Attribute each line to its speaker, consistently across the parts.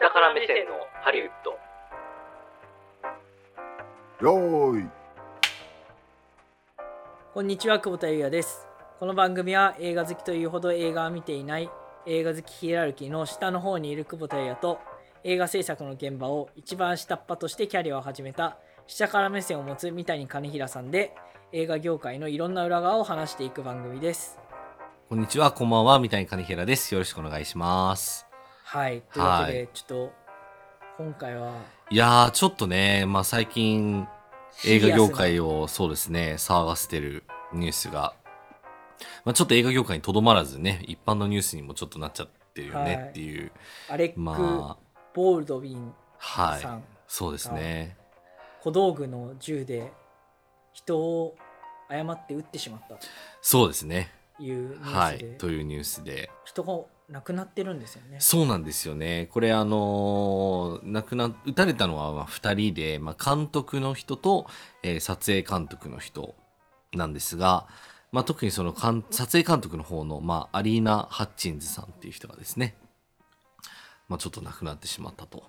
Speaker 1: 下から目線のハリウッド
Speaker 2: よーい
Speaker 3: こんにちは久保田裕也ですこの番組は映画好きというほど映画は見ていない映画好きヒエラルキーの下の方にいる久保田裕也と映画制作の現場を一番下っ端としてキャリアを始めた下から目線を持つ三谷兼平さんで映画業界のいろんな裏側を話していく番組です
Speaker 4: こんにちは、こんばんは、三谷兼平です。よろしくお願いします。
Speaker 3: はいというわけで、
Speaker 4: は
Speaker 3: ちょっと今回はい
Speaker 4: やー、ちょっとね、まあ最近、映画業界を、そうですね、騒がせてるニュースが、まあちょっと映画業界にとどまらずね、一般のニュースにもちょっとなっちゃってるよ
Speaker 3: はい
Speaker 4: ねっていう、
Speaker 3: アレック・
Speaker 4: ま
Speaker 3: ボールドウィン
Speaker 4: あ、は
Speaker 3: さん
Speaker 4: い。そうですね。
Speaker 3: 小道具の銃で人を誤って撃ってしまったと
Speaker 4: そうですね。
Speaker 3: いうニュ
Speaker 4: は
Speaker 3: ース
Speaker 4: い
Speaker 3: で、。
Speaker 4: というニュースで。
Speaker 3: 人が亡くなってるんですよね。
Speaker 4: そうなんですよね。これあのー亡くな、撃たれたのはまあ2人で、まあ、監督の人と、えー撮影監督の人なんですが、まあ、特にその監撮影監督の方の、まあ、アリーナ・ハッチンズさんっていう人がですね、まあ、ちょっと亡くなってしまったと。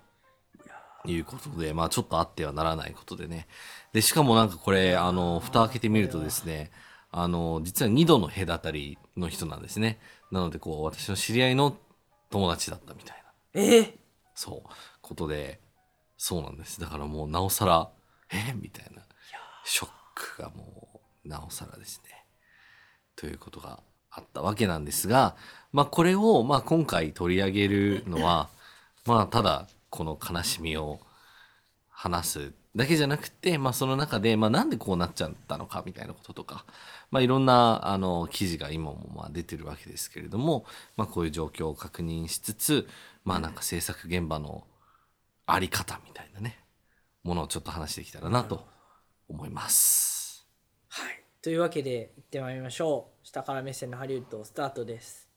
Speaker 4: いうことで、まあちょっとあってはならないことでね。で、しかもなんかこれ、あの、蓋開けてみるとですね、あの、実は2度の隔たりの人なんですね。なので、こう、私の知り合いの友達だったみたいな、
Speaker 3: えー
Speaker 4: そう、ことで、そうなんです。だからもう、なおさら、えみたいな、ショックがもう、なおさらですね。ということがあったわけなんですが、まあ、これを、まあ、今回取り上げるのは、 まあ、ただ、この悲しみを話すだけじゃなくて、まあ、その中で、まあ、なんでこうなっちゃったのかみたいなこととか、まあ、いろんな、あの、記事が今も、まあ、出てるわけですけれども、まあ、こういう状況を確認しつつ、まあ、なんか制作現場のあり方みたいなね、ものをちょっと話していきたらなと思います。
Speaker 3: はい、というわけで行ってまいりましょう下から目線のハリウッドスタートです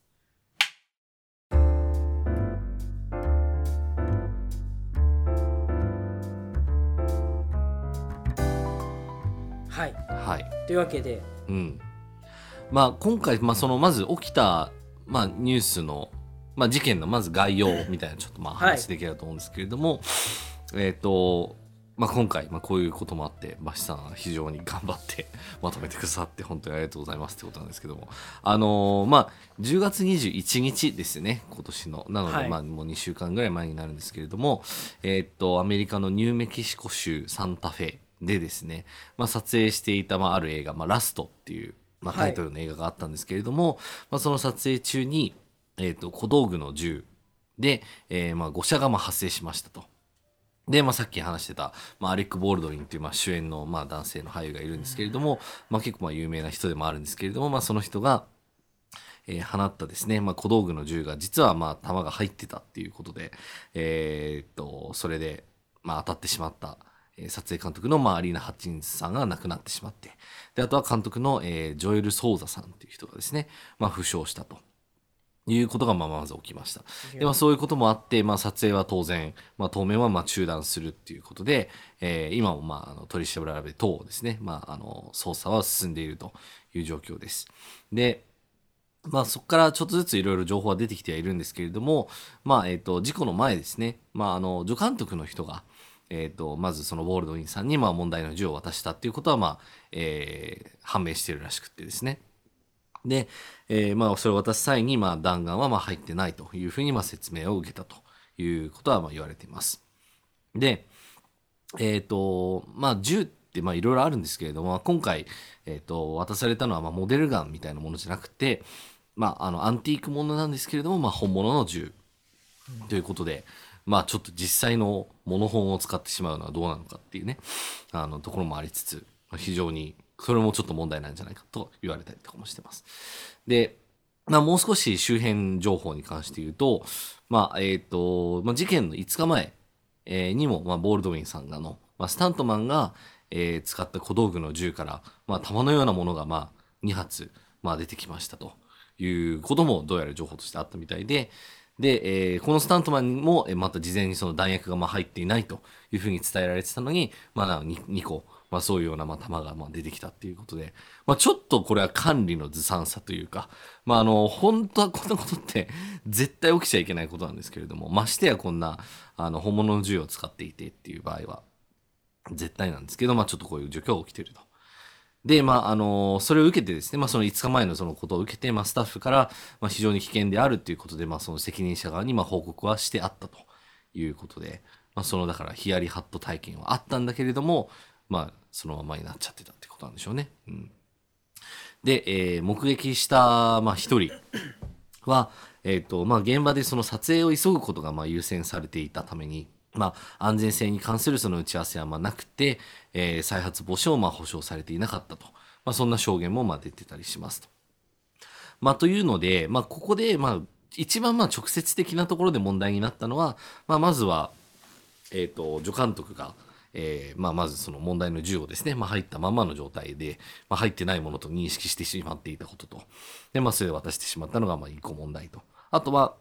Speaker 3: はい
Speaker 4: はい。
Speaker 3: というわけで
Speaker 4: うん。まあ今回、まあ、そのまず起きた、まあ、ニュースの、まあ、事件のまず概要みたいなちょっとまあ
Speaker 3: はい
Speaker 4: 話できればと思うんですけれども、えっ、と、まあ、今回、まあ、こういうこともあってバシさんは非常に頑張ってまとめてくださって本当にありがとうございますってことなんですけどもあのーまあ10月21日ですね今年のなので、
Speaker 3: はい
Speaker 4: まあ、もう2週間ぐらい前になるんですけれども、えっとアメリカのニューメキシコ州サンタフェでですね、まあ、撮影していた、まあ、ある映画「まあ、ラスト」っていう、まあ、
Speaker 3: はい
Speaker 4: タイトルの映画があったんですけれども、まあ、その撮影中に、えっと小道具の銃で、えーまあ、誤射がまあ発生しましたと。で、まあ、さっき話してた、まあ、アレック・ボールドウィンという、まあ、主演の、まあ、男性の俳優がいるんですけれども、まあ、結構まあ有名な人でもあるんですけれども、まあ、その人が、えー放ったですね、まあ、小道具の銃が実はまあ弾が入ってたっていうことで、えーっとそれでまあ当たってしまった、えー撮影監督のまあアリーナ・ハッチンズさんが亡くなってしまってであとは監督の、えージョエル・ソーザさんっていう人がですね、まあ、負傷したと。いうことがまあまず起きました。で、まあ、そういうこともあって、まあ、撮影は当然、まあ、当面はまあ中断するっていうことで、えー今もまああの取り調べ等ですね、まあ、あの捜査は進んでいるという状況です。で、まあそこからちょっとずついろいろ情報は出てきてはいるんですけれども、まあえっ、と、事故の前ですね、まああの、助監督の人が、えっ、と、まずそのボールドウィンさんにまあ問題の銃を渡したっていうことは、まあ、えー判明してるらしくってですね。で、えーまあそれを渡す際に、まあ弾丸はまあ入ってないというふうにまあ説明を受けたということはまあ言われています。で、えっ、と、まあ、銃って、まあ、いろいろあるんですけれども、今回、えっ、と、渡されたのは、まあ、モデルガンみたいなものじゃなくて、まあ、あの、アンティークものなんですけれども、まあ、本物の銃ということで、まあ、ちょっと実際のモノ本を使ってしまうのはどうなのかっていうね、あの、ところもありつつ、まあ非常に、それもちょっと問題なんじゃないかと言われたりとかもしてます。で、まあ、もう少し周辺情報に関して言うと、まあ、えっ、と、まあ、事件の5日前えーにも、まあ、ボールドウィンさんがの、まあ、スタントマンが、えー使った小道具の銃から、まあ、弾のようなものが、まあ、2発、まあ、出てきましたということもどうやら情報としてあったみたいでで、えーこのスタントマンも、えーまた事前にその弾薬がまあ入っていないというふうに伝えられてたのに、まあ、2, 個、まあ、そういうような、まあ、弾が、まあ、出てきたっていうことで、まあ、ちょっとこれは管理のずさんさというか、まあ、あの、本当はこんなことって絶対起きちゃいけないことなんですけれども、ましてやこんな、あの、本物の銃を使っていてっていう場合は、絶対なんですけど、まあ、ちょっとこういう状況が起きていると。で、まあ、あの、それを受けてですね、まあ、その5日前のそのことを受けて、まあ、スタッフから、まあ、非常に危険であるということで、まあ、その責任者側に、まあ、報告はしてあったということで、まあ、その、だから、ヒヤリハット体験はあったんだけれども、まあ、そのままになっちゃってたってことなんでしょうね。うん。で、えー目撃した、まあ、一人は、えっ、と、まあ、現場でその撮影を急ぐことが、まあ、優先されていたために、まあ、安全性に関するその打ち合わせは、まあ、なくて、えー再発防止を、まあ、保障されていなかったと。まあ、そんな証言も、まあ、出てたりしますと。まあ、というので、まあ、ここで、まあ、一番、まあ、直接的なところで問題になったのは、まあ、まずは、えっ、と、助監督が、えーまあ、まずその問題の銃をですね、まあ、入ったままの状態で、まあ、入ってないものと認識してしまっていたことと、で、まあ、それを渡してしまったのが、まあ、一個問題と。あとは、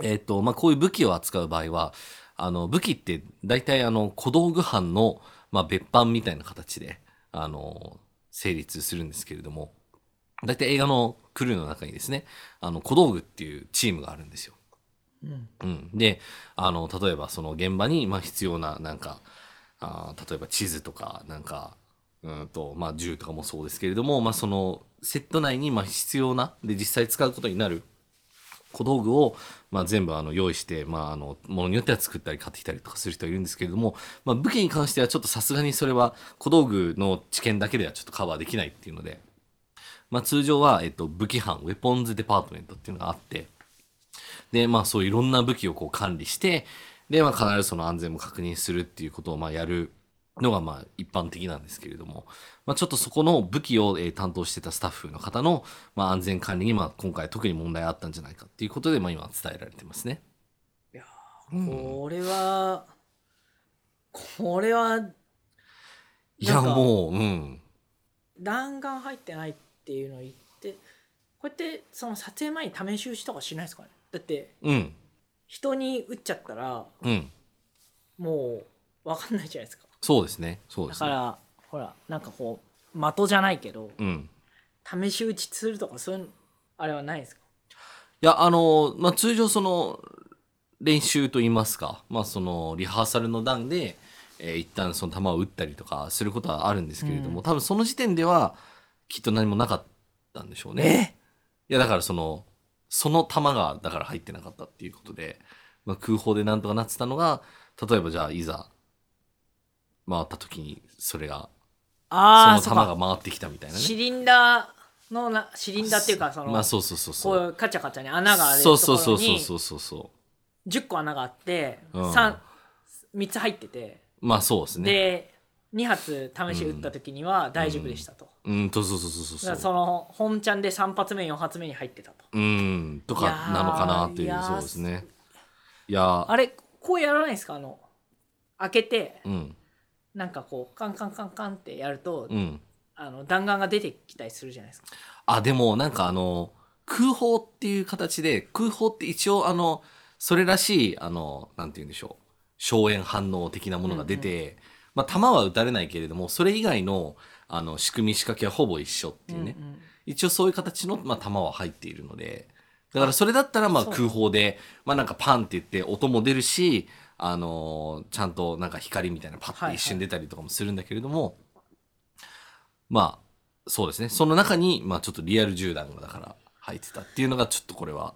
Speaker 4: えっ、と、まあ、こういう武器を扱う場合は、あの、武器って、大体、あの、小道具班の、まあ、別班みたいな形で、あの、成立するんですけれども、大体映画のクルーの中にですね、あの、小道具っていうチームがあるんですよ。
Speaker 3: うん
Speaker 4: うん、であの例えばその現場に、まあ、必要ななんかあー例えば地図とかなんかうんと、まあ、銃とかもそうですけれども、まあ、そのセット内にまあ必要なで実際使うことになる小道具を、まあ、全部あの用意して、まあ、あのものによっては作ったり買ってきたりとかする人がいるんですけれども、まあ、武器に関してはちょっとさすがにそれは小道具の知見だけではちょっとカバーできないっていうので、まあ、通常は、えっと、武器班ウェポンズデパートメントっていうのがあって。で、まあそういろんな武器をこう管理して、で、まあ必ずその安全も確認するっていうことをまあやるのがまあ一般的なんですけれども、まあちょっとそこの武器をえー担当してたスタッフの方のまあ安全管理にまあ今回特に問題あったんじゃないかっていうことでまあ今伝えられてますね。
Speaker 3: いや
Speaker 4: うん
Speaker 3: これは、これはい
Speaker 4: やもう、うん。
Speaker 3: 弾丸入ってないっていうのを言ってこうやってその撮影前に試し撃ちとかしないですかねだって
Speaker 4: うん。
Speaker 3: 人に撃っちゃったら
Speaker 4: うん。
Speaker 3: もう分かんないじゃないですか
Speaker 4: そうですね。そう
Speaker 3: だ
Speaker 4: です
Speaker 3: か
Speaker 4: ね。
Speaker 3: ら、ほらなんかこう的じゃないけど
Speaker 4: うん。
Speaker 3: 試し撃ちするとかそういうのあれはないですか
Speaker 4: いや、あの、まあ、通常その、練習といいますか、まあ、その、リハーサルの段で、えー一旦その球を打ったりとかすることはあるんですけれども、
Speaker 3: うん
Speaker 4: 多分その時点では、きっと何もなかったんでしょうね。いや、だからその、その球が、だから入ってなかったっていうことで、まあ、空砲でなんとかなってたのが、例えばじゃあ、いざ、回った時に、それが、そ
Speaker 3: ああ
Speaker 4: の
Speaker 3: そ
Speaker 4: 球
Speaker 3: うか
Speaker 4: が回ってきたみたいなね。
Speaker 3: シリンダーのなシリンダーっていうかその、
Speaker 4: まあ、そうそうそうそ
Speaker 3: こ
Speaker 4: う。
Speaker 3: うカチャカチャに穴があるとこ
Speaker 4: そ
Speaker 3: ろ
Speaker 4: う
Speaker 3: に
Speaker 4: そうそうそうそうそうそう。
Speaker 3: 10個穴があって、
Speaker 4: うん
Speaker 3: 三3つ入ってて
Speaker 4: まあそうですね。
Speaker 3: で2発試し撃った時には大丈夫でしたと、
Speaker 4: うんとそうそうそうそう
Speaker 3: だか
Speaker 4: そう
Speaker 3: らその本ちゃんで3発目4発目に入ってたと
Speaker 4: うんとかなのかなとい
Speaker 3: いや
Speaker 4: う
Speaker 3: ー
Speaker 4: そうですねいやー
Speaker 3: あれこうやらないですかあの開けて
Speaker 4: うん
Speaker 3: なんかこうカンカンカンカンってやると、
Speaker 4: うん
Speaker 3: あの弾丸が出てきたりするじゃないですか
Speaker 4: あでもなんかあの空砲っていう形で空砲って一応あのそれらしいあのなんて言うんでしょう硝煙反応的なものが出て、まあ弾は撃たれないけれどもそれ以外のあの仕組み仕掛けはほぼ一緒っていうね、
Speaker 3: うんうん
Speaker 4: 一応そういう形の、まあ、弾は入っているので、だからそれだったらまあ
Speaker 3: そう
Speaker 4: 空砲で、まあなんかパンって言って音も出るし、あのーちゃんとなんか光みたいなパッ
Speaker 3: はいは
Speaker 4: て
Speaker 3: い
Speaker 4: 一瞬出たりとかもするんだけれども、まあそうですね。その中に、まあちょっとリアル銃弾がだから入ってたっていうのがちょっとこれは、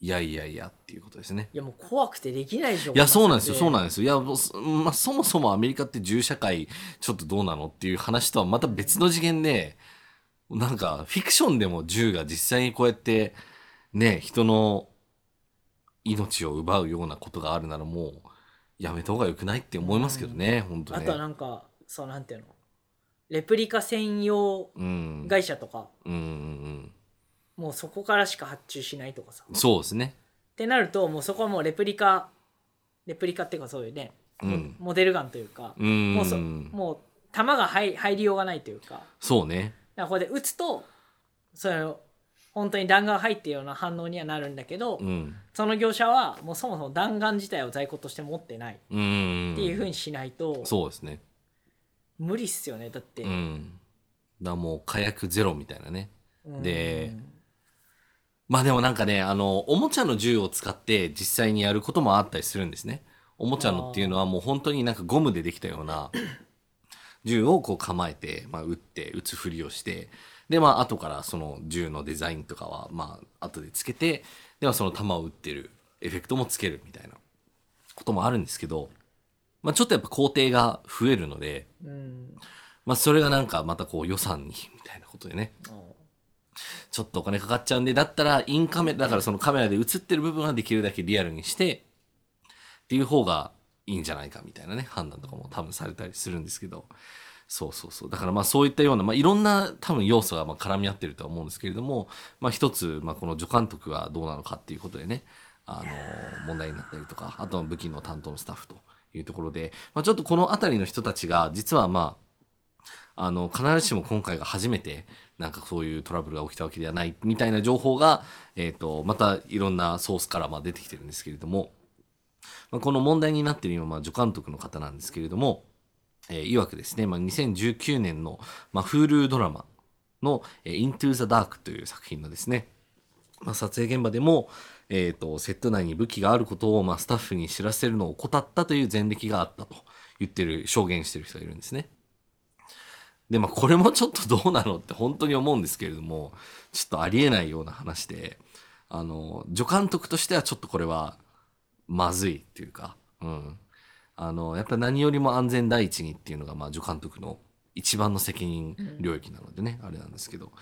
Speaker 4: いやいやいやっていうことですね。
Speaker 3: いやもう怖くてできないでしょ
Speaker 4: いや、そうなんですよ、そう
Speaker 3: なん
Speaker 4: なんですよ。いや、もうそまあ、そもそもアメリカって銃社会、ちょっとどうなのっていう話とはまた別の次元で、なんか、フィクションでも銃が実際にこうやって、ね、人の命を奪うようなことがあるならもう、やめた方が良くないって思いますけどね、本当
Speaker 3: あ
Speaker 4: ね。
Speaker 3: とはなんかそうなんていうのレプリカ専用
Speaker 4: うん。
Speaker 3: 会社とか、
Speaker 4: うんうん
Speaker 3: もうそこからしか発注しないとかさ
Speaker 4: うん。
Speaker 3: っ
Speaker 4: そうですね。
Speaker 3: てなるともうそこはもうレプリカレプリカっていうかそういうね、
Speaker 4: うん
Speaker 3: モデルガンというか、
Speaker 4: うん。
Speaker 3: もうそもう弾が入入りようがないというかだか
Speaker 4: そうね。
Speaker 3: らこれで撃つとそれを本当に弾丸入ってるような反応にはなるんだけど、
Speaker 4: うん。
Speaker 3: その業者はもうそもそも弾丸自体を在庫として持ってない
Speaker 4: うん。
Speaker 3: っていうふうにしないと、
Speaker 4: そうですね。
Speaker 3: 無理っすよねだって、
Speaker 4: うん。だからもう火薬ゼロみたいなね。
Speaker 3: うん
Speaker 4: でまあでもなんかね、あの、おもちゃの銃を使って実際にやることもあったりするんですね。おもちゃのっていうのはもう本当になんかゴムでできたような銃をこう構えて、まあ撃って、撃つふりをして、でまあ後からその銃のデザインとかはまあ後でつけて、ではその弾を撃ってるエフェクトもつけるみたいなこともあるんですけど、まあちょっとやっぱ工程が増えるので、
Speaker 3: うん
Speaker 4: まあそれがなんかまたこう予算にみたいなことでね、
Speaker 3: あー
Speaker 4: ちょっとお金かかっちゃうんで、だったらインカメラ、だからそのカメラで映ってる部分はできるだけリアルにして、っていう方がいいんじゃないかみたいなね、判断とかも多分されたりするんですけど、そうそうそう。だからまあそういったような、まあいろんな多分要素がまあ絡み合ってるとは思うんですけれども、まあ一つ、まあこの助監督はどうなのかっていうことでね、あの、問題になったりとか、あとは武器の担当のスタッフというところで、まあちょっとこのあたりの人たちが実はまあ、あの必ずしも今回が初めてなんかそういうトラブルが起きたわけではないみたいな情報が、えー、とまたいろんなソースからまあ出てきてるんですけれども、まあ、この問題になっている今、まあ、助監督の方なんですけれども、えー、いわくですね、まあ、2019年の、まあ、Hulu ドラマの「えー Into the Dark」という作品のですね、まあ、撮影現場でも、えー、とセット内に武器があることを、まあ、スタッフに知らせるのを怠ったという前歴があったと言ってる証言してる人がいるんですね。で、まあ、これもちょっとどうなのって本当に思うんですけれども、ちょっとありえないような話で、あの、助監督としてはちょっとこれは、まずいっていうか、うん。あの、やっぱ何よりも安全第一にっていうのが、まあ、助監督の一番の責任領域なのでね、あれなんですけど。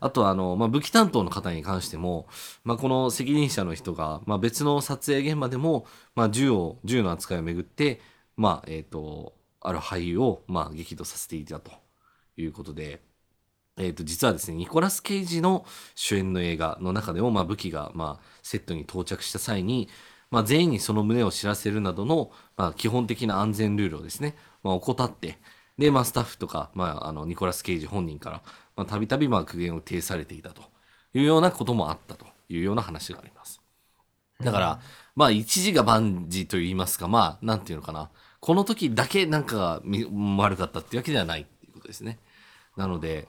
Speaker 4: あとは、あの、まあ、武器担当の方に関しても、まあ、この責任者の人が、まあ、別の撮影現場でも、まあ、銃を、銃の扱いをめぐって、まあ、えっ、と、ある俳優を、まあ、激怒させていたと。ということで、えー、と実はですねニコラス・ケイジの主演の映画の中でも、まあ、武器が、まあ、セットに到着した際に、まあ、全員にその旨を知らせるなどの、まあ、基本的な安全ルールをですね、まあ、怠ってで、まあ、スタッフとか、まあ、あのニコラス・ケイジ本人からまあたびたびまあ苦言を呈されていたというようなこともあったというような話があります。だから、まあ、一時が万事と言いますか、まあ、なんていうのかな。この時だけなんかがみ悪かったっていうわけではないっていうことですね。なので、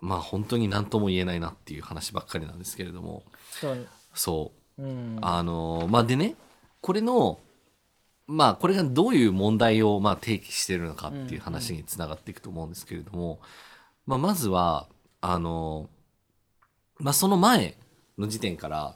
Speaker 4: まあ、本当に何とも言えないなっていう話ばっかりなんですけれども、
Speaker 3: そう
Speaker 4: そう。
Speaker 3: うん
Speaker 4: あのまあでねこれのまあこれがどういう問題をまあ提起してるのかっていう話につながっていくと思うんですけれども、まあ、まずはあのまあその前の時点から、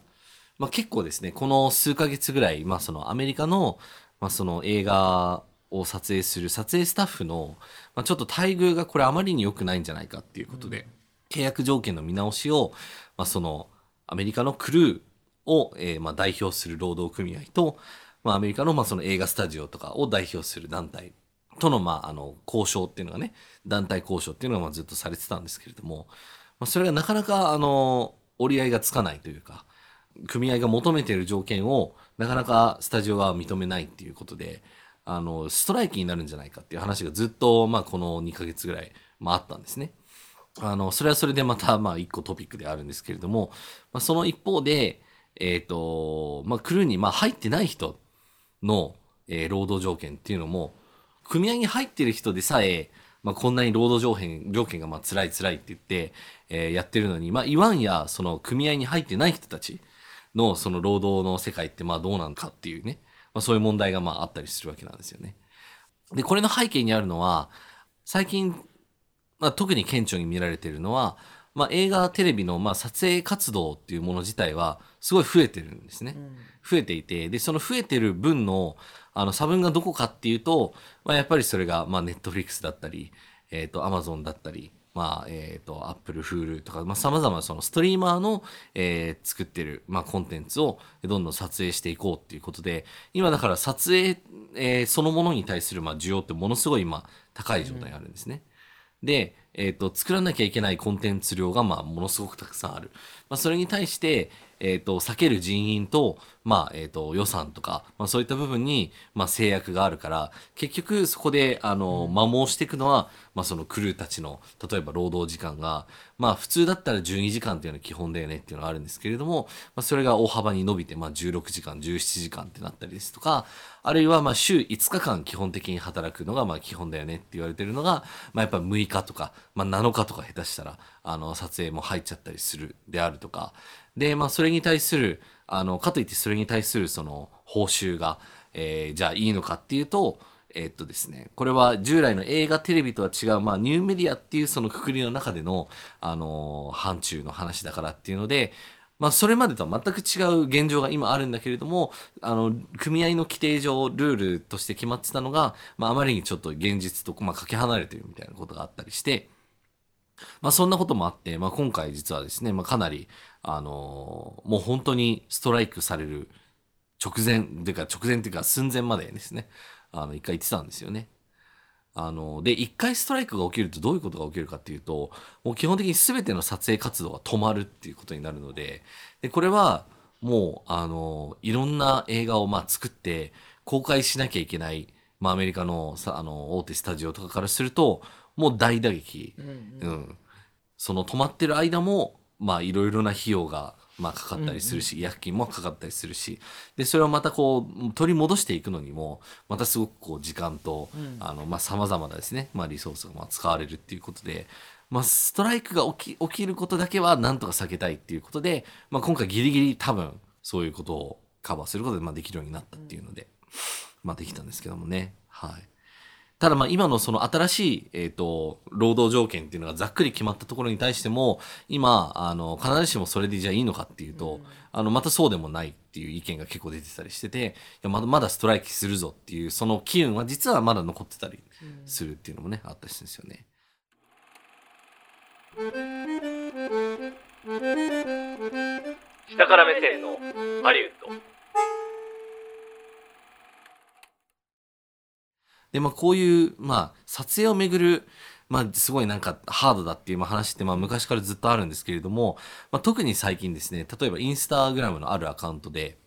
Speaker 4: まあ、結構ですねこの数ヶ月ぐらい、まあ、そのアメリカの,、まあその映画を撮影する撮影スタッフの、まあ、ちょっと待遇がこれあまりに良くないんじゃないかっていうことで、契約条件の見直しを、まあ、そのアメリカのクルーを、えーまあ、代表する労働組合と、まあ、アメリカの,、まあその映画スタジオとかを代表する団体との,、まあ、あの交渉っていうのがね団体交渉っていうのがまあずっとされてたんですけれども、まあ、それがなかなかあの折り合いがつかないというか組合が求めている条件をなかなかスタジオ側は認めないっていうことであのストライキになるんじゃないかっていう話がずっと、まあ、この2ヶ月ぐらい、まあ、あったんですね。あの、それはそれでまた、まあ、一個トピックであるんですけれども、まあ、その一方で、えっ、と、まあ、クルーに、まあ、入ってない人の、えー労働条件っていうのも、組合に入ってる人でさえ、まあ、こんなに労働条件、条件が、まあ、辛い辛いって言って、えーやってるのに、まあ、言わんや、その、組合に入ってない人たちの、その、労働の世界って、まあ、どうなのかっていうね、まあ、そういう問題が、まあ、あったりするわけなんですよね。で、これの背景にあるのは、最近、まあ、特に顕著に見られているのは、まあ、映画、テレビの、まあ、撮影活動っていうもの自体は、すごい増えてるんですね。増えていて、で、その増えてる分の、あの、差分がどこかっていうと、まあ、やっぱりそれが、まあ、ネットフリックスだったり、えっ、と、アマゾンだったり、まあ、えっ、と、アップル、フールとか、まあ、様々なそのストリーマーの、えー作ってる、まあ、コンテンツをどんどん撮影していこうっていうことで、今だから撮影、えーそのものに対する、まあ、需要ってものすごい今、高い状態にあるんですね。で、えっ、と、作らなきゃいけないコンテンツ量が、まあ、ものすごくたくさんある。まあ、それに対して、えっ、と、避ける人員と、まあ、えっ、と、予算とか、まあ、そういった部分に、まあ、制約があるから、結局、そこで、あの、摩耗していくのは、まあ、そのクルーたちの、例えば労働時間が、まあ、普通だったら12時間っていうのは基本だよねっていうのはあるんですけれども、まあ、それが大幅に伸びて、まあ、16時間、17時間ってなったりですとか、あるいは、まあ、週5日間基本的に働くのが、まあ、基本だよねって言われてるのが、まあ、やっぱ6日とか、まあ、7日とか下手したら、あの、撮影も入っちゃったりするであるとか、で、まあ、それに対する、あの、かといってそれに対する、その、報酬が、えーじゃあいいのかっていうと、えっとですね、これは従来の映画、テレビとは違う、まあ、ニューメディアっていうそのくくりの中での、あのー範疇の話だからっていうので、まあ、それまでとは全く違う現状が今あるんだけれども、あの、組合の規定上、ルールとして決まってたのが、まあ、あまりにちょっと現実と、まあ、かけ離れてるみたいなことがあったりして、まあ、そんなこともあって、まあ、今回実はですね、まあ、かなり、あのーもう本当にストライクされる直前、ていうか直前っていうか寸前までですね、あの、一回言ってたんですよね。あの、で、一回ストライクが起きるとどういうことが起きるかっていうと、もう基本的に全ての撮影活動が止まるっていうことになるので、で、これは、もう、あの、いろんな映画を、まあ、作って、公開しなきゃいけない、まあ、アメリカの、さあの、大手スタジオとかからすると、もう大打撃。
Speaker 3: うんう
Speaker 4: うんん、その止まってる間もまあいろいろな費用がまあかかったりするし、医薬金もかかったりするしでそれをまたこう取り戻していくのにもまたすごくこう時間と
Speaker 3: うん
Speaker 4: あのまあさまざまなですね、まあ、リソースがまあ使われるっていうことで。まあ、ストライクが起き起きることだけはなんとか避けたいっていうことで、まあ、今回ギリギリ多分そういうことをカバーすることでまあできるようになったっていうので、まあ、できたんですけどもね。はい、ただまあ今のその新しい、えっと労働条件っていうのがざっくり決まったところに対しても今あの必ずしもそれでじゃあいいのかっていうと、あのまたそうでもないっていう意見が結構出てたりしてていやまだまだストライキするぞっていうその機運は実はまだ残ってたりするっていうのもね、あったりするんですよね。
Speaker 1: 下から目線のハリウッド
Speaker 4: で、まあ、こういう、まあ、撮影をめぐる、まあ、すごいなんかハードだっていうまあ話って、まあ、昔からずっとあるんですけれども、まあ、特に最近ですね、例えばインスタグラムのあるアカウントで、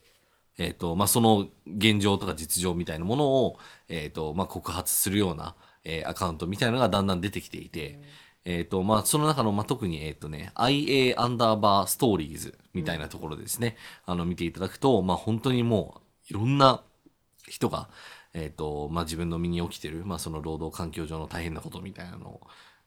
Speaker 4: えっ、と、まあ、その現状とか実情みたいなものを、えっ、と、まあ、告発するような、えーアカウントみたいなのがだんだん出てきていて、えっ、と、まあ、その中の、まあ、特に、えっ、とね、IA アンダーバーストーリーズみたいなところでですね、あの、見ていただくと、まあ、本当にもう、いろんな人が、えーとまあ、自分の身に起きてる、まあ、その労働環境上の大変なことみたいなのを、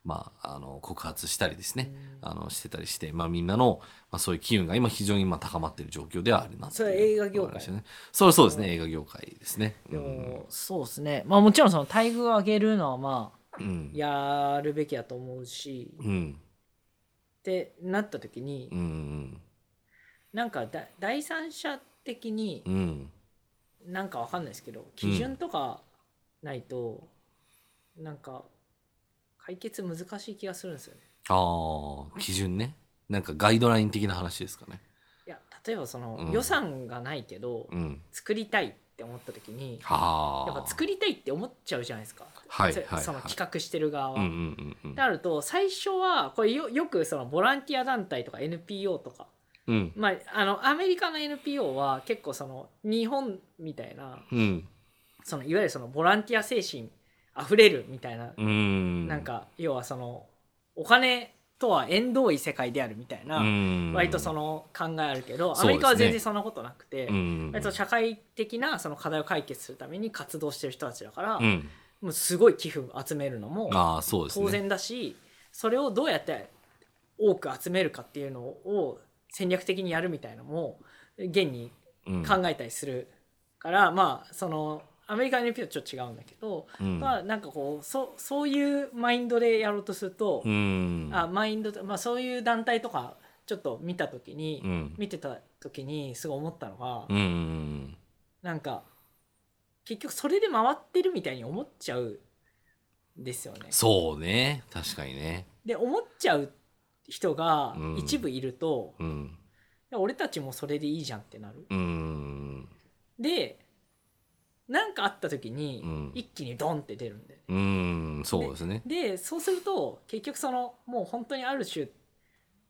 Speaker 4: まあ、あの告発したりですね、あのしてたりして、まあ、みんなの、まあ、そういう機運が今非常にまあ高まっている状況ではあるなっていう
Speaker 3: それは映画業界
Speaker 4: ところですよねそうそうですね映画業界ですね。
Speaker 3: で
Speaker 4: うん
Speaker 3: もそうですねまあもちろんその待遇を上げるのはまあ
Speaker 4: うん
Speaker 3: やるべきだと思うしっ
Speaker 4: うん
Speaker 3: てなった時に、
Speaker 4: うん
Speaker 3: なんかだ第三者的に
Speaker 4: うんうん
Speaker 3: なんかわかんないですけど基準とかないと、なんか解決難しい気がするんですよね。
Speaker 4: ああ基準ねなんかガイドライン的な話ですかね。
Speaker 3: いや例えばその、
Speaker 4: うん
Speaker 3: 予算がないけど、
Speaker 4: うん、
Speaker 3: 作りたいって思った時に
Speaker 4: はあ
Speaker 3: やっぱ作りたいって思っちゃうじゃないですか、
Speaker 4: はい
Speaker 3: そ
Speaker 4: はいはい
Speaker 3: その企画してる側は。
Speaker 4: うんうんうんうん
Speaker 3: ってなると最初はこれよよくそのボランティア団体とか NPO とか、
Speaker 4: うん
Speaker 3: まあ、あのアメリカの NPO は結構その日本みたいな
Speaker 4: うん
Speaker 3: そのいわゆるそのボランティア精神あふれるみたいな、
Speaker 4: うん
Speaker 3: なんか要はそのお金とは縁遠い世界であるみたいな、
Speaker 4: うん
Speaker 3: 割とその考えあるけど、
Speaker 4: そうですね
Speaker 3: アメリカは全然そんなことなくて、
Speaker 4: うん
Speaker 3: 割と社会的なその課題を解決するために活動してる人たちだから、
Speaker 4: うん
Speaker 3: もうすごい寄付を集めるのも
Speaker 4: ああそうですね
Speaker 3: 当然だし、それをどうやって多く集めるかっていうのを戦略的にやるみたいのも現に
Speaker 4: うん
Speaker 3: 考えたりするから、まあそのアメリカの NPO とちょっと違うんだけど、
Speaker 4: うん
Speaker 3: まあなんかこうそそういうマインドでやろうとすると、
Speaker 4: うん
Speaker 3: あマインドと、まあ、そういう団体とかちょっと見た時に、
Speaker 4: うん
Speaker 3: 見てた時にすごい思ったのが、
Speaker 4: うん
Speaker 3: なんか結局それで回ってるみたいに思っちゃうんですよね。
Speaker 4: そうね確かにね
Speaker 3: で思っちゃう人が
Speaker 4: うん
Speaker 3: 一部いると、
Speaker 4: うん
Speaker 3: いや俺たちもそれでいいじゃんってなる。
Speaker 4: うん
Speaker 3: でなんかあった時に
Speaker 4: うん
Speaker 3: 一気にドンって出るんで、
Speaker 4: うーんそうですね
Speaker 3: でそうすると結局そのもう本当にある種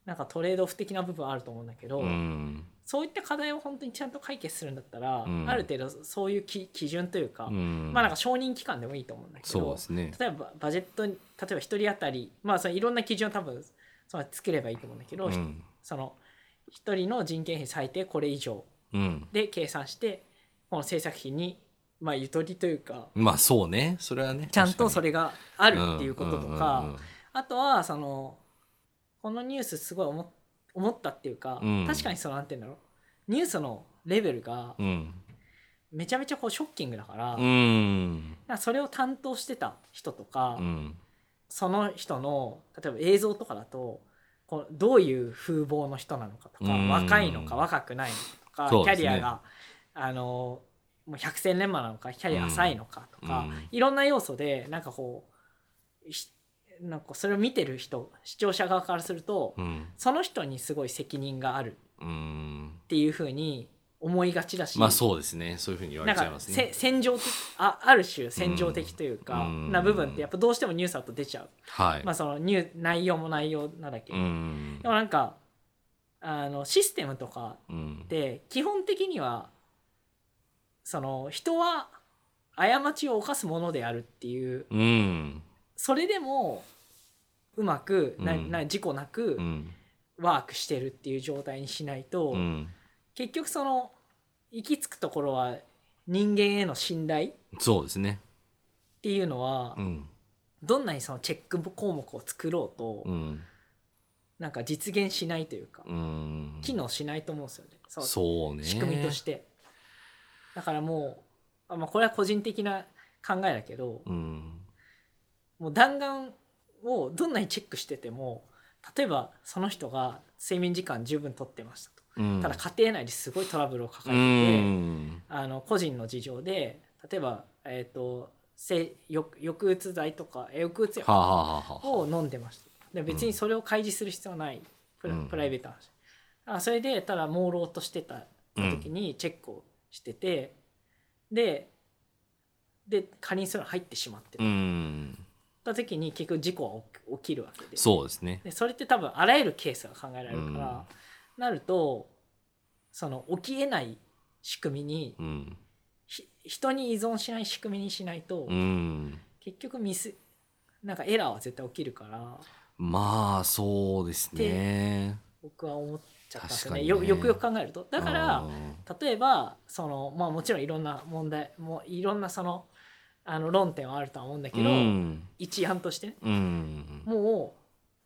Speaker 3: なんかトレードオフ的な部分はあると思うんだけど、
Speaker 4: うん
Speaker 3: そういった課題を本当にちゃんと解決するんだったら、
Speaker 4: うん
Speaker 3: ある程度そういうき基準というか、
Speaker 4: うん
Speaker 3: まあなんか承認期間でもいいと思うんだけ
Speaker 4: そう
Speaker 3: ど
Speaker 4: ですね
Speaker 3: 例えばバジェットに例えば1人当たりまあそのいろんな基準を多分そのつければいいと思うんだけど、
Speaker 4: うん
Speaker 3: その1人の人件費最低これ以上
Speaker 4: うん
Speaker 3: で計算してこの制作費に、まあ、ゆとりというか
Speaker 4: まあそうねそれはね
Speaker 3: ちゃんとそ
Speaker 4: れ
Speaker 3: れがあるっていうこととか、あとはそのこのニュースすごい思っ思ったっていうか、
Speaker 4: うん
Speaker 3: 確かにそのなんていうんだろうニュースのレベルが
Speaker 4: うん
Speaker 3: めちゃめちゃこうショッキングだから,、
Speaker 4: うんうん
Speaker 3: それを担当してた人とか、
Speaker 4: うん
Speaker 3: その人の例えば映像とかだとこうどういう風貌の人なのかとか、
Speaker 4: うん
Speaker 3: 若いのか若くないのかと
Speaker 4: そ
Speaker 3: か、
Speaker 4: う
Speaker 3: キ
Speaker 4: で
Speaker 3: ャ
Speaker 4: すね
Speaker 3: リアがあのもう百戦錬磨なのかキャリア浅いのかとか、
Speaker 4: うん
Speaker 3: いろんな要素でなんかこうひなんかそれを見てる人視聴者側からすると、
Speaker 4: うん
Speaker 3: その人にすごい責任がある
Speaker 4: うん
Speaker 3: っていうふうに思いがちだし、
Speaker 4: まあそうですねそういうふうに言わ
Speaker 3: な
Speaker 4: れ
Speaker 3: ん
Speaker 4: ちゃい
Speaker 3: か
Speaker 4: ます
Speaker 3: せ
Speaker 4: ね
Speaker 3: 戦場的あある種戦場的というか、
Speaker 4: うん
Speaker 3: な部分ってやっぱどうしてもニュースだと出ちゃう。
Speaker 4: はい
Speaker 3: まあそのニュー内容も内容なんだっけ、
Speaker 4: うん
Speaker 3: でもなんかあのシステムとか
Speaker 4: うん
Speaker 3: で基本的にはその人は過ちを犯すものであるっていう
Speaker 4: うん
Speaker 3: それでもうまくな
Speaker 4: うん
Speaker 3: な事故なく
Speaker 4: うん
Speaker 3: ワークしてるっていう状態にしないと、
Speaker 4: うん
Speaker 3: 結局その行き着くところは人間への信頼っ
Speaker 4: そうですね
Speaker 3: ていうのは、
Speaker 4: うん
Speaker 3: どんなにそのチェック項目を作ろうと、
Speaker 4: うん
Speaker 3: なんか実現しないというか、
Speaker 4: うん
Speaker 3: 機能しないと思うんですよね。そう
Speaker 4: そうね
Speaker 3: 仕組みとしてて、だからもうあ、まあ、これは個人的な考えだけど、
Speaker 4: うん
Speaker 3: もう弾丸をどんなにチェックしてても例えばその人が睡眠時間十分とってましたと、
Speaker 4: うん
Speaker 3: ただ家庭内ですごいトラブルを抱
Speaker 4: う
Speaker 3: えてて、
Speaker 4: ん
Speaker 3: あの個人の事情で例えば、えー、と性抑抑うつ剤とかえ抑うつ
Speaker 4: はあ
Speaker 3: 薬
Speaker 4: はあはあはあ
Speaker 3: を飲んでましたで別にそれを開示する必要はない、プラ
Speaker 4: うん
Speaker 3: プライベートな話あそれでただ朦朧としてた時にチェックをしてて、でで仮にそれが入ってしまって
Speaker 4: うん
Speaker 3: た時に結局事故は起き起きるわけで
Speaker 4: そうですね
Speaker 3: でそれって多分あらゆるケースが考えられるから、なるとその起きえない仕組みに、
Speaker 4: うん
Speaker 3: ひ人に依存しない仕組みにしないと、
Speaker 4: うん
Speaker 3: 結局ミスなんかエラーは絶対起きるから
Speaker 4: まあそうですね
Speaker 3: 僕は思っちゃったんですよ
Speaker 4: 確か
Speaker 3: ね
Speaker 4: にね
Speaker 3: よよくよく考えるとだから
Speaker 4: うん
Speaker 3: 例えばその、まあ、もちろんいろんな問題もういろんなそのあの論点はあるとは思うんだけど、
Speaker 4: うん
Speaker 3: 一案としてね
Speaker 4: うん
Speaker 3: も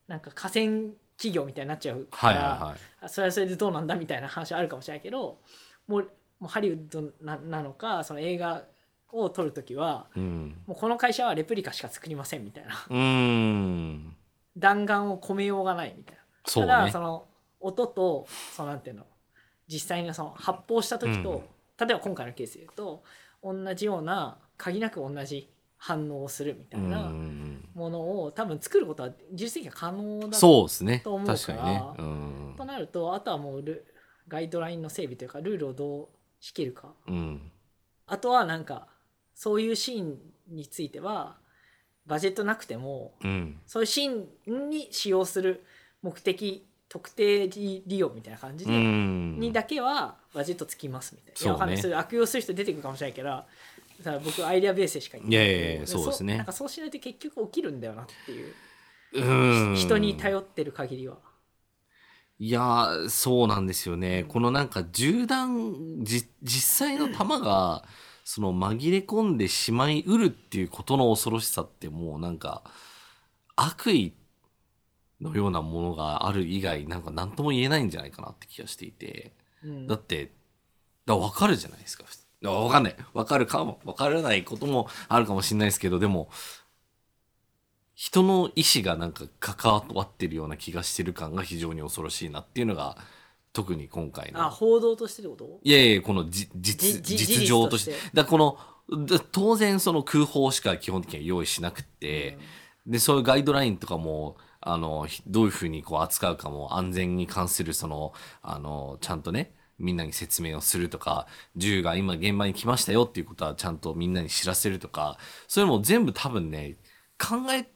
Speaker 3: うなんか河川企業みたいになっちゃうか
Speaker 4: はい
Speaker 3: ら、
Speaker 4: はいはい
Speaker 3: あそれはそれでどうなんだみたいな話はあるかもしれないけどもうもうハリウッドななのかその映画を撮る時は
Speaker 4: うん
Speaker 3: もうこの会社はレプリカしか作りませんみたいな
Speaker 4: うん
Speaker 3: 弾丸を込めようがないみたいな。
Speaker 4: そう
Speaker 3: ただ
Speaker 4: ね
Speaker 3: その音とそのなんていうの実際にその発砲した時と、例えば今回のケースで言うと同じような限りなく同じ反応をするみた
Speaker 4: う
Speaker 3: いなんものを多分作ることは技術的には可能だ
Speaker 4: そうですね
Speaker 3: と思うから
Speaker 4: 確かにねうん
Speaker 3: となるとあとはもうルガイドラインの整備というかルールをどう仕切るか
Speaker 4: うん
Speaker 3: あとはなんかそういうシーンについてはバジェットなくても
Speaker 4: うん
Speaker 3: そういうシーンに使用する目的特定利用みたいな感じ
Speaker 4: う
Speaker 3: で、
Speaker 4: ん
Speaker 3: にだけはバジェットつきますみたいな。
Speaker 4: そうね
Speaker 3: いやわかんないそれ悪用する人出てくるかもしれないから、だから僕アイデアベースでしか言ってない
Speaker 4: いやいやいやそうですね
Speaker 3: なんかそうしないと結局起きるんだよなっていう。
Speaker 4: うん
Speaker 3: 人に頼ってる限りは。
Speaker 4: いやーそうなんですよね、このなんか銃弾じ実際の弾がその紛れ込んでしまいうるっていうことの恐ろしさってもうなんか悪意のようなものがある以外なんか何とも言えないんじゃないかなって気がしていて
Speaker 3: うん
Speaker 4: だってだ分かるじゃないですか普通だ分かんない分かるかも分からないこともあるかもしれないですけどでも人の意思がなんか関わってるような気がしてる感が非常に恐ろしいなっていうのが特に今回
Speaker 3: あ、
Speaker 4: の
Speaker 3: 報道としてってこと
Speaker 4: いやいやこのじ
Speaker 3: じ
Speaker 4: 実
Speaker 3: じ
Speaker 4: 実情として
Speaker 3: 事実として
Speaker 4: だこのだ当然その空砲しか基本的には用意しなくって、でそういうガイドラインとかもあのひどういうふうにこう扱うかも安全に関するそのあのちゃんとねみんなに説明をするとか、銃が今現場に来ましたよっていうことはちゃんとみんなに知らせるとか、それも全部多分ね、考え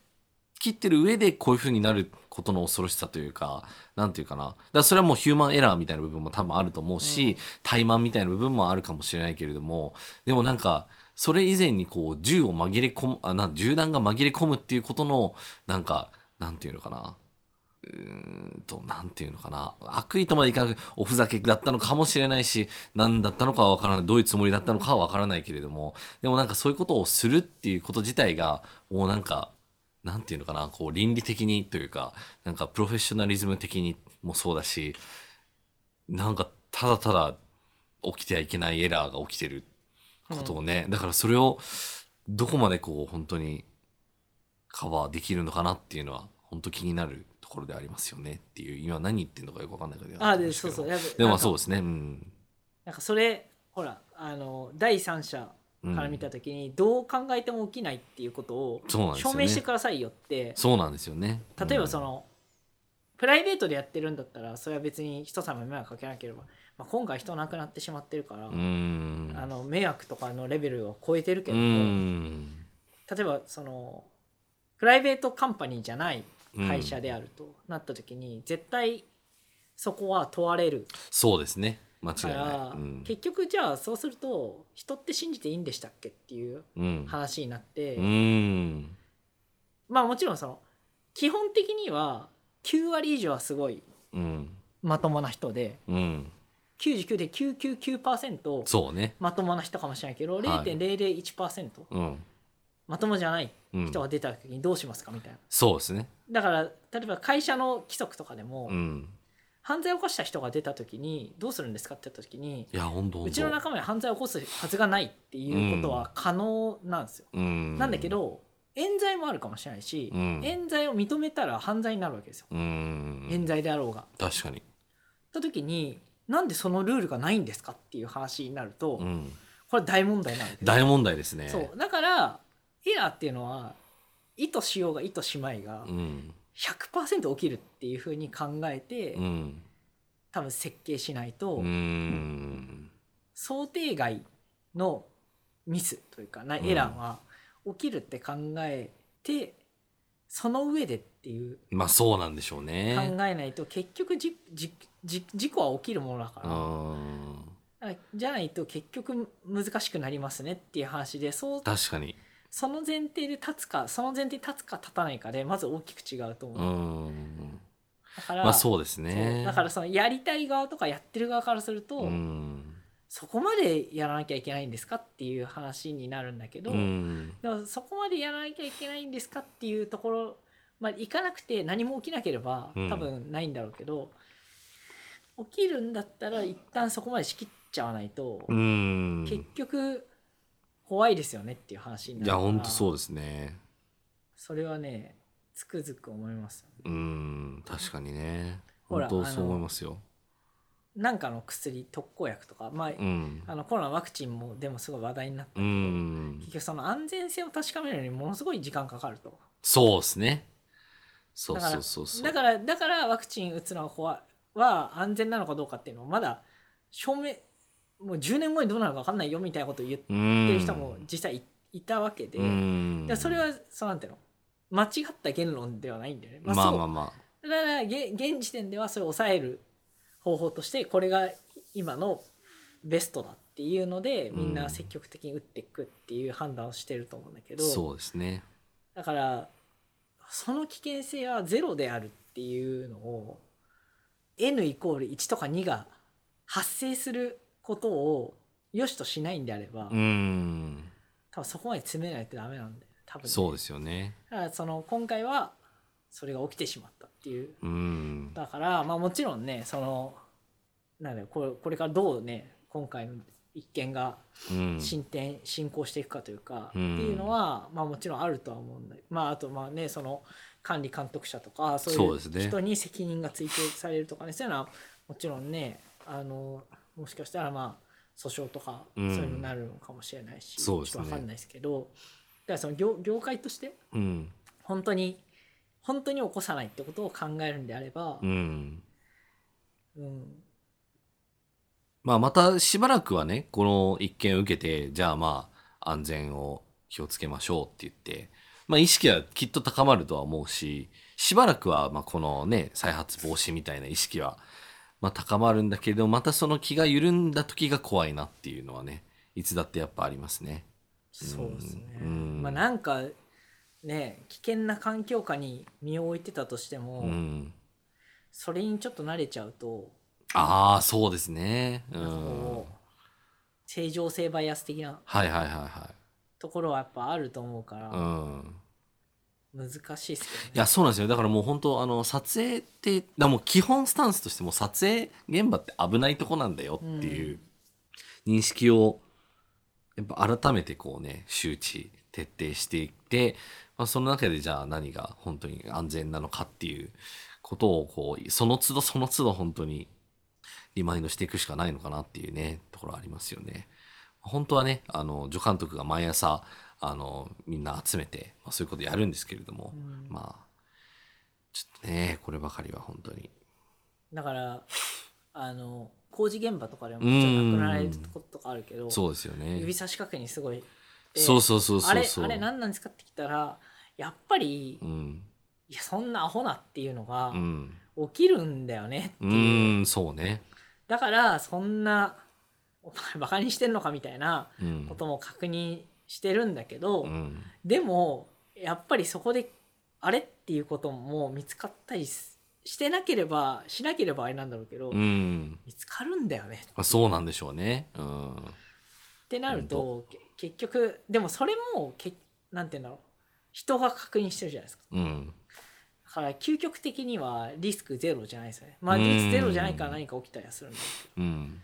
Speaker 4: 切ってる上でこういう風になることの恐ろしさというか、なんていうかな。だからそれはもうヒューマンエラーみたいな部分も多分あると思うし、怠慢みたいな部分もあるかもしれないけれども、でもなんか、それ以前にこう銃を紛れ込む、あ、なん、銃弾が紛れ込むっていうことの、なんか、なんていうのかな。うーんと、なんていうのかな。悪意とまでいかなく、おふざけだったのかもしれないし、何だったのかはわからない。どういうつもりだったのかはわからないけれども、でもなんかそういうことをするっていうこと自体が、もうなんか、なんていうのかな、こう倫理的にというか、なんかプロフェッショナリズム的にもそうだし、なんかただただ起きてはいけないエラーが起きてることをね、だからそれをどこまでこう本当にカバーできるのかなっていうのは本当気になるところでありますよねっていう、今何言ってんのかよくわかんないけど。
Speaker 3: あでそうそうやっぱ
Speaker 4: で
Speaker 3: な
Speaker 4: も
Speaker 3: んか
Speaker 4: そうですね、うん。
Speaker 3: なんかそれほらあの第三者から見た時にどう考えても起きないっていうことを
Speaker 4: そうなんですよ
Speaker 3: 証
Speaker 4: ね
Speaker 3: 明してくださいよって
Speaker 4: そうなんですよね。
Speaker 3: 例えばそ
Speaker 4: うん、
Speaker 3: の、プライベートでやってるんだったらそれは別に人様に迷惑かけなければ、まあ、今回人亡くなってしまってるから、
Speaker 4: うん。
Speaker 3: あの迷惑とかのレベルを超えてるけ
Speaker 4: う
Speaker 3: ど、
Speaker 4: ん。
Speaker 3: 例えばそのプライベートカンパニーじゃない会社
Speaker 4: で。
Speaker 3: であるとなった時に、絶対そこは問われる
Speaker 4: そうですね。間違い
Speaker 3: か
Speaker 4: な
Speaker 3: ら、
Speaker 4: い。うん。
Speaker 3: 結局じゃあそうすると人って信じていいんでしたっけっていう
Speaker 4: うん
Speaker 3: 話になって、
Speaker 4: うん。
Speaker 3: まあもちろんその基本的には9割以上はすごい
Speaker 4: うん。
Speaker 3: まともな人で
Speaker 4: うん。
Speaker 3: 99.999%
Speaker 4: そうね。
Speaker 3: まともな人かもしれないけど
Speaker 4: はい
Speaker 3: 0.001%
Speaker 4: うん。
Speaker 3: まともじゃない
Speaker 4: うん
Speaker 3: 人が出た時にどうしますかみたいな。
Speaker 4: そうですね。
Speaker 3: だから例えば会社の規則とかでも、
Speaker 4: うん。
Speaker 3: 犯罪を犯した人が出た時にどうするんですかって言った時に
Speaker 4: いや、本当
Speaker 3: うちの仲間に犯罪を起こすはずがないっていうことは可能なんですよ。
Speaker 4: うん。
Speaker 3: なんだけ。ど冤罪もあるかもしれないし、
Speaker 4: うん
Speaker 3: 冤罪を認めたら犯罪になるわけですよ、
Speaker 4: うん。
Speaker 3: 冤罪であろうが。
Speaker 4: 確かに。
Speaker 3: った時になんでそのルールがないんですかっていう話になると、
Speaker 4: うん。
Speaker 3: これ大問題なんですよ
Speaker 4: 大問題ですね。
Speaker 3: そうだからエラーっていうのは意図しようが意図しまいが
Speaker 4: うん。
Speaker 3: 100%起きるっていうふうに考えて、
Speaker 4: うん。
Speaker 3: 多分設計しないと、
Speaker 4: うん。
Speaker 3: 想定外のミスというかなエラーは起きるって考えて、その上でっていう
Speaker 4: まあ、そうなんでしょう
Speaker 3: 考え
Speaker 4: ね。
Speaker 3: ないと結局じじじ事故は起きるものだか
Speaker 4: う
Speaker 3: ら。
Speaker 4: ん。
Speaker 3: あじゃないと結局難しくなりますねっていう話でそう
Speaker 4: 確かに。
Speaker 3: その前提で立つかその前提に立つか立たないかでまず大きく違うと思う、
Speaker 4: うん。
Speaker 3: だから、
Speaker 4: まあ、そうですね。
Speaker 3: そうだからそのやりたい側とかやってる側からすると、
Speaker 4: うん。
Speaker 3: そこまでやらなきゃいけないんですかっていう話になるんだけど、
Speaker 4: うん。
Speaker 3: でもそこまでやらなきゃいけないんですかっていうところまあ行かなくて何も起きなければ
Speaker 4: うん
Speaker 3: 多分ないんだろうけど、起きるんだったら一旦そこまで仕切っちゃわないと、
Speaker 4: うん。
Speaker 3: 結局怖いですよねっていう話にないる
Speaker 4: や、
Speaker 3: から
Speaker 4: 本当そうですね。
Speaker 3: それはねつくづく思います
Speaker 4: うん。確かにね。
Speaker 3: ほ
Speaker 4: 本
Speaker 3: ら
Speaker 4: 当そう思いますよ。
Speaker 3: なんかの薬特効薬とか、まあ
Speaker 4: うん。
Speaker 3: あのコロナワクチンもでもすごい話題になったけ
Speaker 4: う
Speaker 3: ど、
Speaker 4: ん
Speaker 3: 結。局その安全性を確かめるのにものすごい時間かかると
Speaker 4: そうですね。そう
Speaker 3: だか
Speaker 4: そ
Speaker 3: ら
Speaker 4: うそうそう。
Speaker 3: だからだからワクチン打つのは怖いは安全なのかどうかっていうのをまだ証明もう10年後にどうなるか分かんないよみたいなことを言っ
Speaker 4: う
Speaker 3: て
Speaker 4: ん
Speaker 3: る人も実際い,、たわけで、
Speaker 4: うん
Speaker 3: でそれはそうなんていうの間違った言論ではないんだよね、
Speaker 4: まあ
Speaker 3: そう
Speaker 4: まあまあ。
Speaker 3: だからげ現時点ではそれを抑える方法としてこれが今のベストだっていうのでみんな積極的に打っていくっていう判断をしてると思うんだけど、
Speaker 4: そうですね。
Speaker 3: だからその危険性はゼロであるっていうのを n イコール1とか2が発生することを良しとしないんであれば、
Speaker 4: うん。
Speaker 3: 多分そこまで詰めないとダメなんで多分ね、
Speaker 4: そうですよね。
Speaker 3: だからその今回はそれが起きてしまったっていう
Speaker 4: うん。
Speaker 3: だから、まあ、もちろんねそのなんだろうこれこれからどうね今回の一件が
Speaker 4: うん。
Speaker 3: 進展、進行していくかというか、
Speaker 4: うん
Speaker 3: っていうのは、まあ、もちろんあるとは思うんだけど、まあ、あとまあねその管理監督者とかそう
Speaker 4: そうです
Speaker 3: い
Speaker 4: ね
Speaker 3: う人に責任が追及されるとかねそういうのはもちろんねあのもしかしたらまあ訴訟とかそううんいうのになるのかもしれないし、
Speaker 4: そうですね
Speaker 3: ちょっと分かんないですけどだからその業業界として
Speaker 4: うん。
Speaker 3: 本当に本当に起こさないってことを考えるんであれば
Speaker 4: う、ん。
Speaker 3: うん、
Speaker 4: まあ、またしばらくはね、この一件を受けて、じゃあまあ、安全を気をつけましょうって言って、まあ、意識はきっと高まるとは思うし、しばらくは、まあ、このね、再発防止みたいな意識は、まあ、高まるんだけれども、またその気が緩んだ時が怖いなっていうのはね、いつだってやっぱありますね。
Speaker 3: そうですね、
Speaker 4: うん
Speaker 3: まあなんかね危険な環境下に身を置いてたとしても、
Speaker 4: うん。
Speaker 3: それにちょっと慣れちゃうと、
Speaker 4: ああ、そうですね。うん。
Speaker 3: なんかこう正常性バイアス的な
Speaker 4: はいはいはいはい。
Speaker 3: ところはやっぱあると思うから、
Speaker 4: うん。
Speaker 3: 難しいですけ
Speaker 4: い
Speaker 3: どね
Speaker 4: やそうなんですよだからもう本当あの撮影ってだからもう基本スタンスとしてもう撮影現場って危ないとこなんだよっていう認識をやっぱ改めてこうね周知徹底していって、まあ、その中でじゃあ何が本当に安全なのかっていうことをこうその都度その都度本当にリマインドしていくしかないのかなっていうねところありますよね。本当はねあの助監督が毎朝あのみんな集めて、まあ、そういうことやるんですけれども、
Speaker 3: うん
Speaker 4: まあちょっとねこればかりは本当に
Speaker 3: だからあの工事現場とかでもめっちゃなくなられることとかあるけど
Speaker 4: そうですよね
Speaker 3: 指差し確認すごいで
Speaker 4: そうそうそうそうそう
Speaker 3: あれあれ何なんですかって聞いたらやっぱり、
Speaker 4: うん
Speaker 3: いやそんなアホなっていうのが
Speaker 4: うん
Speaker 3: 起きるんだよねっ
Speaker 4: う
Speaker 3: ていう、
Speaker 4: ーんそうね
Speaker 3: だからそんなお前バカにしてんのかみたいな
Speaker 4: うん
Speaker 3: ことも確認してるんだけど、
Speaker 4: うん
Speaker 3: でもやっぱりそこであれっていうことも見つかったりすしてなければしなければあれなんだろうけど、
Speaker 4: うん
Speaker 3: 見つかるんだよね
Speaker 4: まあそうなんでしょうねうん
Speaker 3: ってなるとけ結局でもそれもけなんて言うんだろう人が確認してるじゃないですか
Speaker 4: うん
Speaker 3: だから究極的にはリスクゼロじゃないですよねまあ
Speaker 4: うん
Speaker 3: リスクゼロじゃないから何か起きたりはするんだけ
Speaker 4: うん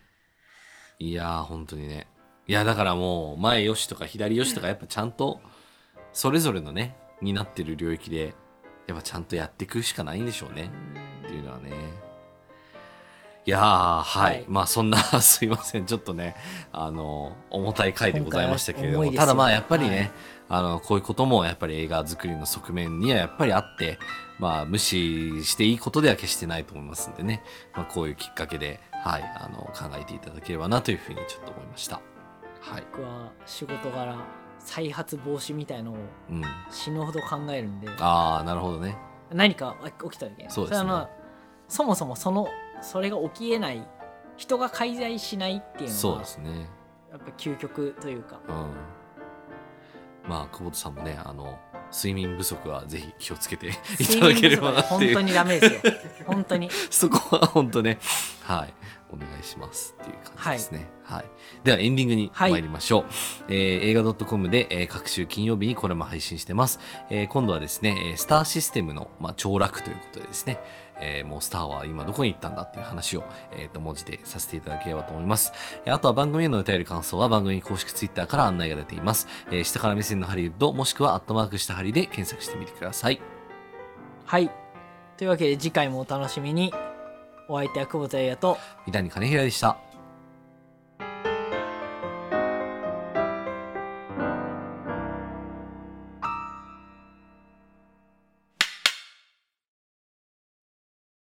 Speaker 4: いやー本当にねいやだからもう前よしとか左よしとかやっぱちゃんとそれぞれのねになってる領域でやっぱちゃんとやっていくしかないんでしょうねっていうのはねいやーはい、
Speaker 3: はい
Speaker 4: まあそんな すいませんちょっとねあの重たい回でございましたけれども、
Speaker 3: 今回は重いですよ
Speaker 4: ただまあやっぱりね、あのこういうこともやっぱり映画作りの側面にはやっぱりあってまあ無視していいことでは決してないと思いますんでね、まあ、こういうきっかけではいあの考えていただければなというふうにちょっと思いましたはい
Speaker 3: 僕は仕事柄再発防止みたいのを
Speaker 4: うん
Speaker 3: 死ぬほど考えるんで
Speaker 4: ああなるほどね
Speaker 3: 何か起きた時に
Speaker 4: そうですね
Speaker 3: れはまあそもそもそのそれが起きえない人が介在しないっていうの
Speaker 4: そう
Speaker 3: が
Speaker 4: ですね
Speaker 3: やっぱ究極というか
Speaker 4: うんまあ久保田さんもねあの睡眠不足はぜひ気をつけていただければなって
Speaker 3: 睡眠不足は本
Speaker 4: い
Speaker 3: 当
Speaker 4: う
Speaker 3: にダメですよ 本当に
Speaker 4: そこは本当ね、はい、お願いしますっていう感じですね。はい。ではエンディングに
Speaker 3: はい
Speaker 4: 参りましょう。えー映画 .com で、えー各週金曜日にこれも配信してます。えー今度はですね、えースターシステムの、まあ、凋落ということでですね、えーもうスターは今どこに行ったんだっていう話を、えーと、文字でさせていただければと思います。えーあとは番組へのお便り感想は番組公式ツイッターから案内が出ています。えー下から目線のハリウッド、もしくはアットマークしたハリで検索してみてください。
Speaker 3: はいというわけで次回もお楽しみにお相手は久保田優也と
Speaker 4: 三谷兼平でした。